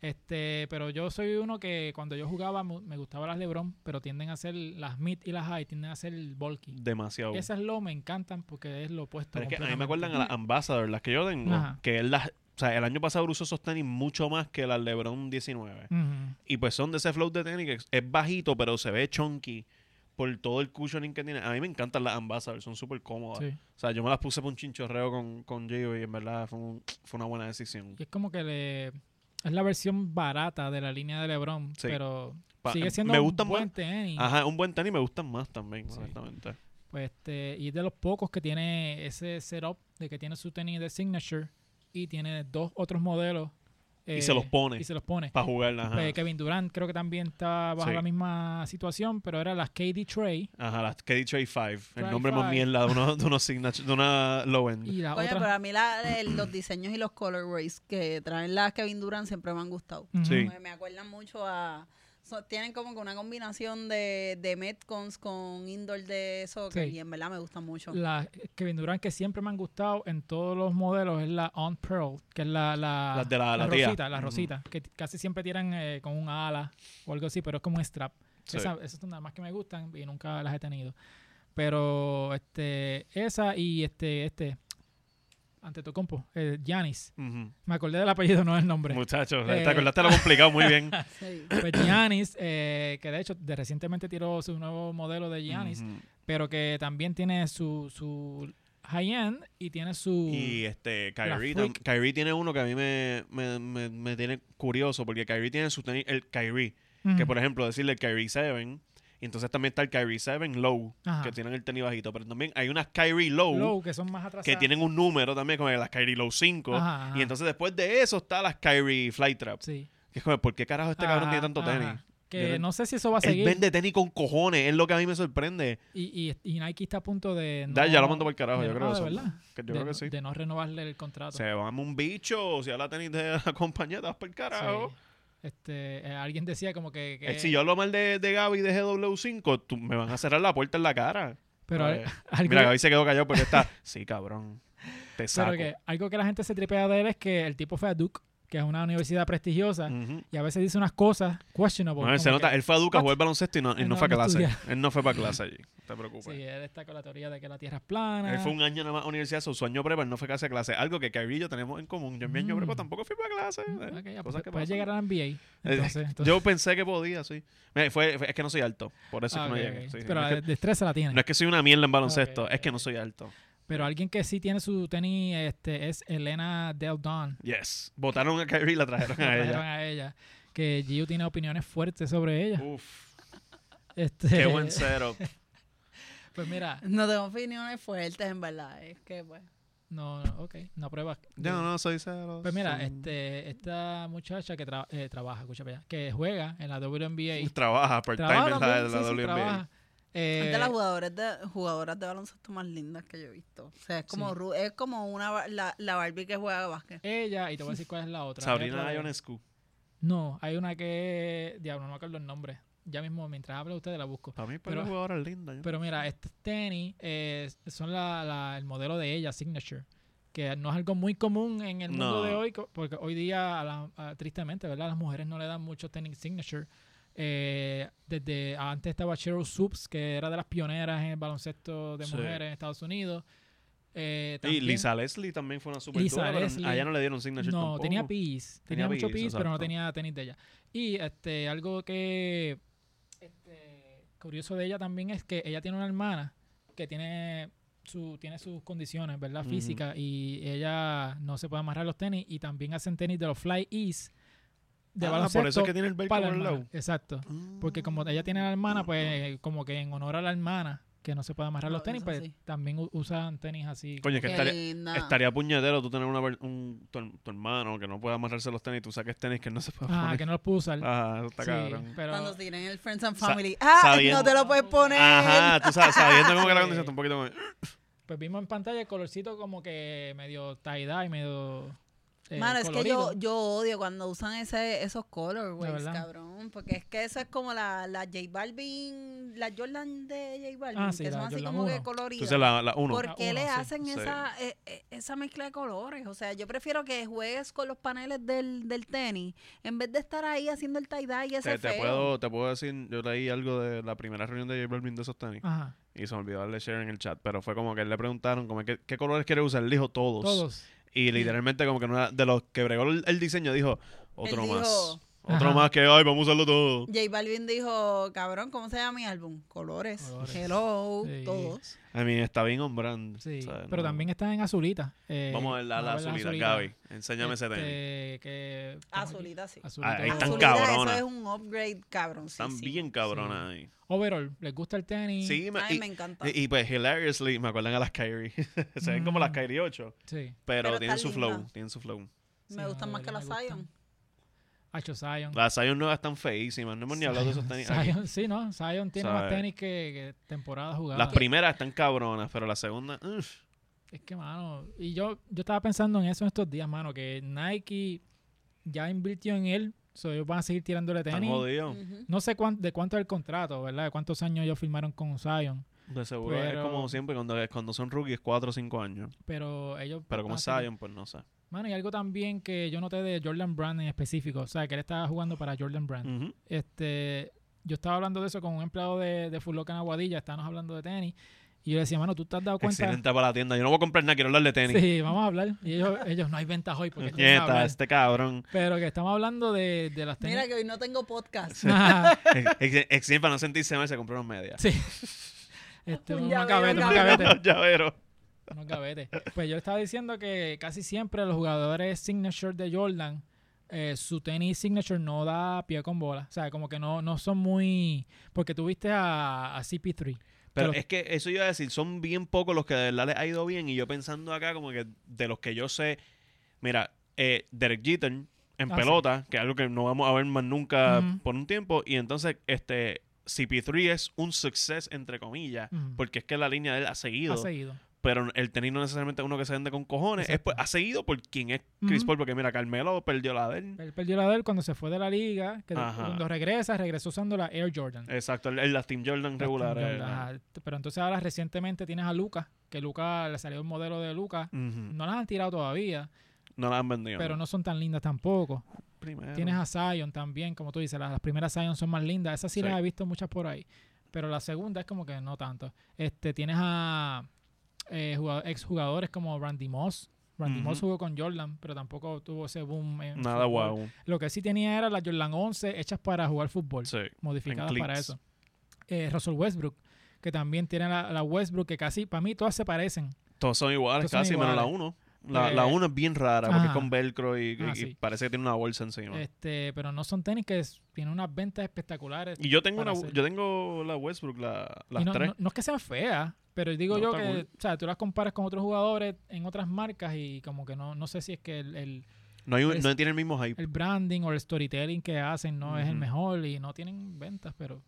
Este, pero yo soy uno que cuando yo jugaba mu- me gustaba las Lebron, pero tienden a ser las mid y las high, tienden a ser bulky. Demasiado. Esas low me encantan porque es lo opuesto. Oh. Pero es que a mí me completamente. acuerdan a las Ambassador, las que yo tengo, Ajá. que él las, o sea, el año pasado usó esos tenis mucho más que las LeBron 19. Ujú. Y pues son de ese flow de tenis que es bajito, pero se ve chunky. por todo el cushioning que tiene. A mí me encantan las Ambassador, son súper cómodas. Sí. O sea, yo me las puse por un chinchorreo con, con Gio y en verdad fue, un- fue una buena decisión. Y es como que le, es la versión barata de la línea de LeBron, Sí. pero Pa- em, sigue siendo me un gustan buen más. tenis. Ajá, un buen tenis me gustan más también, Sí. honestamente. Pues este, y es de los pocos que tiene ese setup de que tiene su tenis de signature y tiene dos otros modelos. eh, y se los pone Y se los pone. para jugarla. Ajá. Pues Kevin Durant creo que también está bajo Sí. la misma situación, pero era las KD Trey Ajá, las que he dicho A5. El Tray nombre más Five. mierda de, uno, de, unos signature- de una low end. y la Coño, otra. pero a mí la- el- los diseños y los colorways que traen las Kevin Durant siempre me han gustado. Ujú. Sí. Me, me acuerdan mucho a... so- tienen como que una combinación de, de Metcons con indoor de soccer Sí. y en verdad me gustan mucho. Las Kevin Durant que siempre me han gustado en todos los modelos es la On Pearl, que es la, la, Las de la- la tía. rosita, la Ujú. rosita, que t- casi siempre tiran eh, con un ala o algo así, pero es como un strap. Sí. Esa- esas son las más que me gustan y nunca las he tenido. Pero este, esa y este, este, ante tu compo, Yanis. Ujú. Me acordé del apellido, no del nombre. Muchachos, Eh. te acordaste de lo complicado muy bien. Sí. Pues Giannis, eh, que de hecho de recientemente tiró su nuevo modelo de Giannis, Ujú. pero que también tiene su, su high-end y tiene su... Y este, La Kyrie, tam- freak. Kyrie tiene uno que a mí me, me, me- me tiene curioso porque Kyrie tiene su tenis, el Kyrie, Ujú. que por ejemplo decirle el Kyrie 7, y entonces también está el Kyrie 7 Low, Ajá. que tienen el tenis bajito, pero también hay unas Kyrie Low, Low, que son más atrasadas. que tienen un número también, como las Kyrie Low 5, Ajá, ajá. y entonces después de eso está las Kyrie Flytrap, Sí. que es como, ¿por qué carajo este cabrón Ajá, tiene tanto ajá. tenis? Yo Que no- no sé si eso va a Él seguir. vende tenis con cojones, es lo que a mí me sorprende. Y, y, y Nike está a punto de... No, Da, ya lo mando para el carajo, de- yo ah, creo de eso. verdad. Que yo de, creo que no- sí. de no renovarle el contrato. Se va un bicho, si habla tenis de la compañía, te vas para el Sí. carajo. Este, eh, alguien decía como que... que- Eh, Si yo hablo mal de, de Gaby de GW5, tú, me van a cerrar la puerta en la cara. pero Eh, algo- mira, Gaby se quedó callado porque está. Sí, cabrón. Te saco. pero que algo que la gente se tripea de él es que el tipo fue a Duke, que es una universidad prestigiosa, Ujú. y a veces dice unas cosas questionable. Mm. No, él se ah, como nota, que- él fue a Duca a What? jugar baloncesto y no, y Él no no- fue a no clase. estudia. él no fue para clase allí. No te preocupes. sí, él está con la teoría de que la Tierra es plana. Él fue un año nada más a universidad, su sueño prepa, él no fue casi a clase. Algo que Kyrie y yo tenemos en común. Yo en mi año Mm. prepa tampoco fui para clase. eh, Ok, ya, cosas pues, que puede pasan. Eh, llegar a la NBA. Entonces, entonces- Yo pensé que podía, sí. Me- fue, fue- es que no soy alto, por eso Ah, es que ok, no llegué. ok. sí, sí. pero no, la es que, destreza la tiene. no es que soy una mierda en baloncesto, Ok, es que no ok. soy alto. Pero alguien que sí tiene su tenis este, es Elena Del Don. Yes. Votaron a Kyrie y la trajeron a trajeron Ah, ella. a ella. Que Giu tiene opiniones fuertes sobre ella. Uf, Este, qué buen cero. Pues mira, No tengo opiniones fuertes, en verdad. Es que, pues, no, no, ok, no pruebas. Yo no soy cero. Pues mira, soy- este, esta muchacha que tra- eh, trabaja, escucha para allá, que juega en la WNBA. Trabaja part-time Trabaja en la, también, la sí, sí, WNBA. trabaja. Eh, es de las jugadoras de, jugadoras de baloncesto más lindas que yo he visto. O sea, es como, Sí. Ru- es como una, ba- la, la Barbie que juega básquet. ella, y te voy a decir cuál es la otra. Hay Sabrina otra- Ionescu. No, hay una que. Diablo, no me acuerdo el nombre. Ya mismo, mientras habla ustedes, la busco. Para mí, Pero- pero jugadora linda. yo- Pero mira, estos tenis eh, son la- la- el modelo de ella, Signature. Que no es algo muy común en el mundo No. de hoy, co- porque hoy día, a la- a- tristemente, ¿verdad? Las mujeres no le dan mucho tenis signature. Eh, desde antes estaba Cheryl Supes, que era de las pioneras en el baloncesto de Sí. mujeres en Estados Unidos. Eh, y también- Lisa Leslie también fue una super Lisa dura, pero Leslie. a ella no le dieron signature No, tampoco. tenía pis. Tenía, Tenía mucho pis, pis, pero no exacto. tenía tenis de ella. Y este, algo que este, curioso de ella también es que ella tiene una hermana que tiene su tiene sus condiciones, ¿verdad? Ujú. Físicas y ella no se puede amarrar los tenis y también hacen tenis de los Fly East de Ah, baloncesto por eso es que tiene el velcro para la por el hermana. lado. Ah. Exacto. Porque como ella tiene a la hermana, pues como que en honor a la hermana que no se puede amarrar No, los tenis, eso pues sí. también u- usan tenis así. Coño, es que Qué estaría, linda. Estaría puñetero tú tener una, per- un, tu, her- tu hermano que no pueda amarrarse los tenis, tú saques tenis que no se pueda Ah, poner. que no los puedo usar. Ajá, eso está Sí, cabrón. pero Cuando tiren el Friends and Sa- Family. ¡Ah! sabiendo- No te lo puedes poner. Ajá, tú sabes, sabiendo cómo que la Sí. condición está un poquito como- Pues vimos en pantalla el colorcito como que medio tie-dye, medio. eh, Mano, es que yo, colorido. yo odio cuando usan ese, esos colorways, verdad. cabrón. Porque es que eso es como la, la J Balvin, la Jordan de J Balvin, Ah, sí, que la son así Jordan como que uno. Tú coloridas. sabes, la, la uno. ¿Por La qué uno, le sí. hacen Sí. esa, e- e- esa mezcla de colores? O sea, yo prefiero que juegues con los paneles del, del tenis en vez de estar ahí haciendo el tie-dye y ese Te, te feo. puedo, te puedo decir, yo leí algo de la primera reunión de J Balvin de esos tenis Ajá, y se me olvidó darle share en el chat, pero fue como que él le preguntaron como que, qué colores quiere usar, él dijo todos. todos. Y literalmente como que en una- de los que bregó el, el diseño dijo, otro Él dijo, más. Otro Ajá. más que, ay, vamos a usarlo todo. J Balvin dijo, cabrón, ¿cómo se llama mi álbum? Colores. Colores. Hello, Sí. todos. A mí está bien on brand. Sí, ¿sabes? pero No. también está en azulita. eh, Vamos a ver la, la vamos a ver azulita, Gaby. Enséñame ese Este, tenis. Ah, que- estamos aquí. Azulita, sí. Azulita. Ahí están Azulita, cabronas. Eso es un upgrade, cabrón. Están bien cabronas ahí. Overall, ¿les gusta el tenis? Sí, me- A mí me y, encanta. y- y, pues, hilariously, me acuerdan a las Kyrie. Se ven como las Mm. Kyrie 8, Sí. pero, Pero tienen su están flow, lindas. tienen su flow. Sí, me no, gustan de más que verdad las me gustan. Zion. Hacho Zion. Las Zion nuevas están feísimas, no hemos ni hablado de esos tenis. aquí. Zion, sí, ¿no? Zion tiene más Zion. tenis que, que temporada jugada. Las primeras están cabronas, pero la segunda, uff. Es que, mano, y yo, yo estaba pensando en eso en estos días, mano, que Nike ya invirtió en él, so ellos van a seguir tirándole están tenis. jodidos. Ujú. No sé cuán- de cuánto es el contrato, ¿verdad? De cuántos años ellos firmaron con Zion, De seguro es Pero- como siempre cuando, eh, cuando son rookies 4 o 5 años. Ah, pero Ah, ellos... Pero como es van a seguir- Zion, pues no sé. Mano, y algo también que yo noté de Jordan Brand en específico, o sea, que él estaba jugando para Jordan Brand. Ujú. este yo estaba hablando de eso con un empleado de, de Foot Locker en Aguadilla, estábamos hablando de tenis, y yo le decía, mano, ¿tú te has dado cuenta? Excelente para la tienda. Yo no voy a comprar nada, quiero hablar de tenis. Sí, vamos a hablar. Y ellos, ellos no hay ventas hoy porque esto no va a Nieta, hablar. este cabrón. Pero que estamos hablando de, de las tenis. Mira que hoy no tengo podcast. Ajá, Ex- ex- ex- para no sentirse mal, se compraron medias. sí. Este, Un unos llavero, gavetes, unos un gavetes, Los llaveros. unos gavetes. Pues yo estaba diciendo que casi siempre los jugadores signature de Jordan, eh, su tenis signature no da pie con bola. O sea, como que no, no son muy... Porque tuviste a, a CP3. Pero Pero- es que eso iba a decir, son bien pocos los que de verdad les ha ido bien. Y yo pensando acá, como que de los que yo sé, mira, eh, Derek Jeter en Ah, pelota, que es algo que no vamos a ver más nunca Ujú. por un tiempo. Y entonces, este CP3 es un success, entre comillas, Ujú. porque es que la línea de él ha Ha seguido. seguido. Pero el tenis no necesariamente es uno que se vende con cojones. Es, Exacto. pues, ha seguido por quien es Chris Ujú. Paul, porque mira, Carmelo perdió la de él. Él perdió la de él cuando se fue de la liga. Que Ajá. cuando regresa, regresó usando la Air Jordan. Exacto, el, el- las Team Jordan Las Team regulares. Jordan, ajá. ajá. Pero entonces ahora recientemente tienes a Lucas, que Lucas le salió un modelo de Lucas. Ujú. No las han tirado todavía, No las han vendido. pero no son tan lindas tampoco. Primero. Tienes a Zion también, como tú dices, las, las primeras Zion son más lindas. Esas sí, Sí. las he visto muchas por ahí. Pero la segunda es como que no tanto. Este, tienes a eh, jugado- exjugadores como Randy Moss. Randy Moss Ujú. jugó con Jordan, pero tampoco tuvo ese boom. en Nada fútbol. guau. Lo que sí tenía era las Jordan 11 hechas para jugar fútbol, Sí. modificadas en para cleats. eso. Eh, Russell Westbrook, que también tiene la, la Westbrook, que casi, para mí todas se parecen. Todos son iguales, Todos son casi, menos la iguales. 1. La, Eh, la 1 es bien rara, porque ajá. es con velcro y, y- Ah, y sí. parece que tiene una bolsa encima. Este, pero no son tenis que es- tienen unas ventas espectaculares. y yo tengo para una, hacer. yo tengo la Westbrook, la, Y las no, tres. no- no es que sean feas, pero digo No, yo está que, cool. o sea, tú las comparas con otros jugadores en otras marcas y como que no, no sé si es que el, el- No, hay un- es- no tiene el mismo hype. el branding o el storytelling que hacen no es el Ujú. mejor y no tienen ventas, pero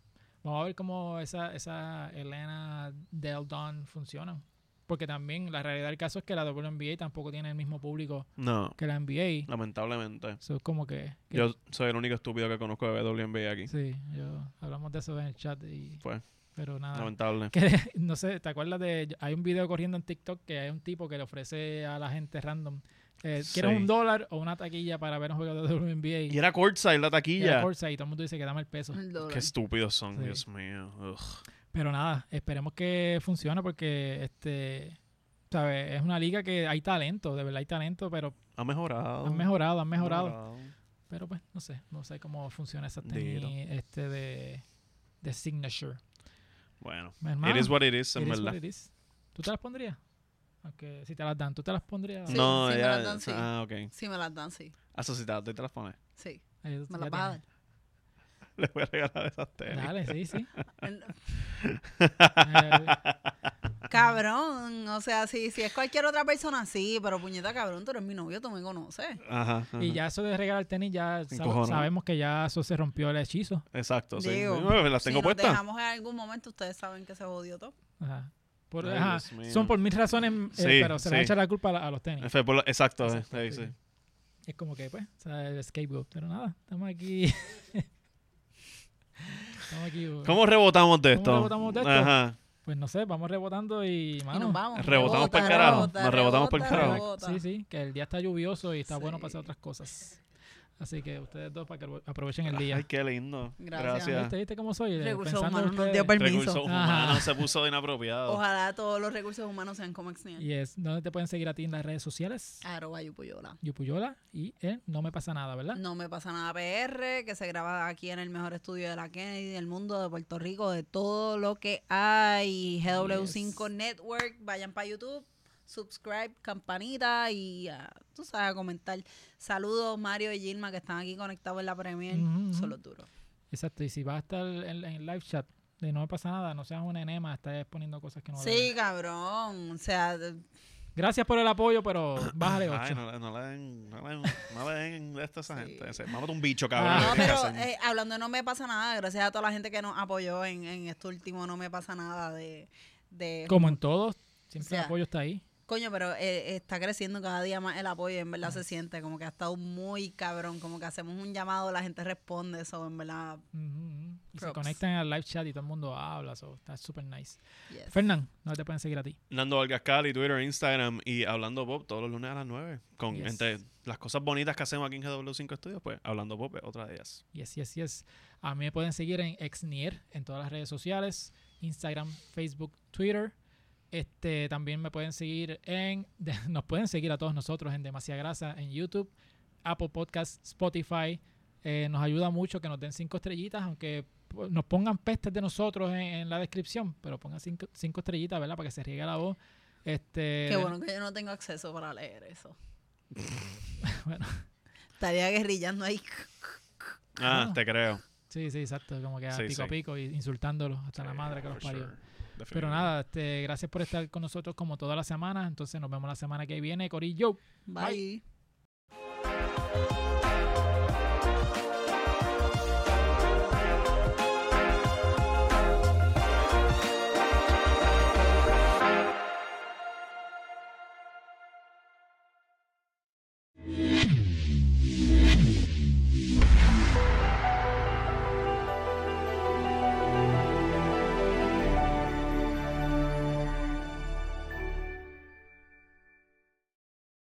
vamos a ver cómo esa, esa Elena Del Don funciona. Porque también la realidad del caso es que la WNBA tampoco tiene el mismo público No, que la NBA. lamentablemente. Eso es como que... que- Yo soy el único estúpido que conozco de WNBA aquí. Sí, yo, hablamos de eso en el chat y... Pues, pero nada. lamentable. que no sé, ¿te acuerdas de hay un video corriendo en TikTok que hay un tipo que le ofrece a la gente random eh, ¿quieres Sí. un dólar o una taquilla para ver un juego de WNBA? Y era courtside la Y era taquilla. Corsair, y todo el mundo dice que dame el peso. El dólar. Qué estúpidos son, Sí. Dios mío. Ugh. Pero nada, esperemos que funcione porque este sabes, es una liga que hay talento, de verdad hay talento, pero Ha mejorado. han mejorado, han mejorado, Oh. mejorado. pero pues no sé, no sé cómo funciona esa Dito. tenis este de, de signature. Bueno, Mi hermano, it is what it is, en it is verdad. what it is. ¿Tú te las pondrías? Aunque si te las dan, ¿tú te las pondrías? Sí, no, sí me ya. las dan, sí. Ah, ok. Sí, me las dan, sí. Asociado, te las pones. Sí, Ahí tú ya me las vas a dar. Le voy a regalar esas tenis. Dale, sí, sí. El- Eh, Cabrón, o sea, si, si es cualquier otra persona, sí, pero puñeta, cabrón, tú eres mi novio, tú me conoces. Ajá. y ajá. ya eso de regalar tenis, ya sab- cojones. sabemos que ya eso se rompió el hechizo. Exacto, sí. Digo, Sí, bueno, las Si tengo nos puestas. dejamos en algún momento, ustedes saben que se jodió todo. Ajá. Por- Ay, ajá, Dios mío. Son por mil razones, eh, Sí, pero se le sí. echa la culpa a, la- a los tenis. Fue por lo- Exacto, eh, Exacto, ahí sí. sí. Es como que, pues, o sea, el scapegoat. Pero nada, estamos aquí. estamos aquí. eh. ¿Cómo rebotamos de ¿Cómo esto? rebotamos de esto? Ajá. Pues no sé, vamos rebotando y, mano, y nos vamos. rebotamos pa'l carajo, nos rebotamos pa'l ¿verdad? carajo. rebota. Sí, sí, que el día está lluvioso y está bueno para hacer Sí. otras cosas. Así que ustedes dos para que lo- aprovechen el día. Ay, qué lindo. Gracias. Gracias. ¿Viste, ¿Viste cómo soy? Eh, Recursos pensando en humanos nos ustedes. dio Recursos permiso. humanos Ajá. se puso inapropiado. Ojalá todos los recursos humanos sean como Xniel. Yes. ¿Dónde te pueden seguir a ti en las redes sociales? Arroba Yupuyola. Yupuyola y en No Me Pasa Nada, ¿verdad? No me pasa nada PR, que se graba aquí en el mejor estudio de la Kennedy, del mundo, de Puerto Rico, de todo lo que hay. GW5 Yes. Network, vayan para YouTube, subscribe, campanita y ah, tú sabes, a comentar. Saludos Mario y Gilma que están aquí conectados en la Premier. Ujú, ujú. Son los duros. Exacto. Y si vas a estar en, en live chat de No Me Pasa Nada, no seas un enema, estás poniendo cosas que no Sí, debes. cabrón. O sea, de- Gracias por el apoyo, pero bájale 8. Ay, no, le- no le den, no le den, no le den de esto a esa Sí. gente. Ese- Mámate un bicho, cabrón. Ah. no, ¿qué pero hacen? eh, hablando de no me pasa nada, gracias a toda la gente que nos apoyó en, en este último no me pasa nada de... de Como en todos, siempre O sea, el apoyo está ahí. Coño, pero eh, está creciendo cada día más el apoyo, en verdad se siente como que ha estado muy cabrón, como que hacemos un llamado, la gente responde, eso en verdad. Ujú, ujú. Y se Props. conectan al live chat y todo el mundo habla, so, está súper nice. yes. Fernán, ¿dónde te pueden seguir a ti? Nando Vargas Cali, Twitter, Instagram y Hablando Pop todos los lunes a las 9. Con, Yes. Entre las cosas bonitas que hacemos aquí en GW5 Studios, pues Hablando Pop es otra de ellas. Yes, yes, yes. A mí me pueden seguir en Exnier en todas las redes sociales, Instagram, Facebook, Twitter. Este, también me pueden seguir en, de- nos pueden seguir a todos nosotros en Demasiada Grasa en YouTube, Apple Podcast, Spotify. Eh, nos ayuda mucho que nos den cinco estrellitas, aunque pues, nos pongan pestes de nosotros en, en la descripción, pero pongan cinco, cinco estrellitas, ¿verdad? Para que se riegue la voz. Este, Qué bueno que yo no tengo acceso para leer eso. Bueno. Estaría guerrillando ahí. Ah, Claro. te creo. Sí, sí, exacto. Como que a Sí, pico a sí. pico y insultándolos hasta la Sí, madre que los for parió. sure. Pero Definitivamente. nada, este, gracias por estar con nosotros como todas las semanas. Entonces nos vemos la semana que viene, Corillo. Bye.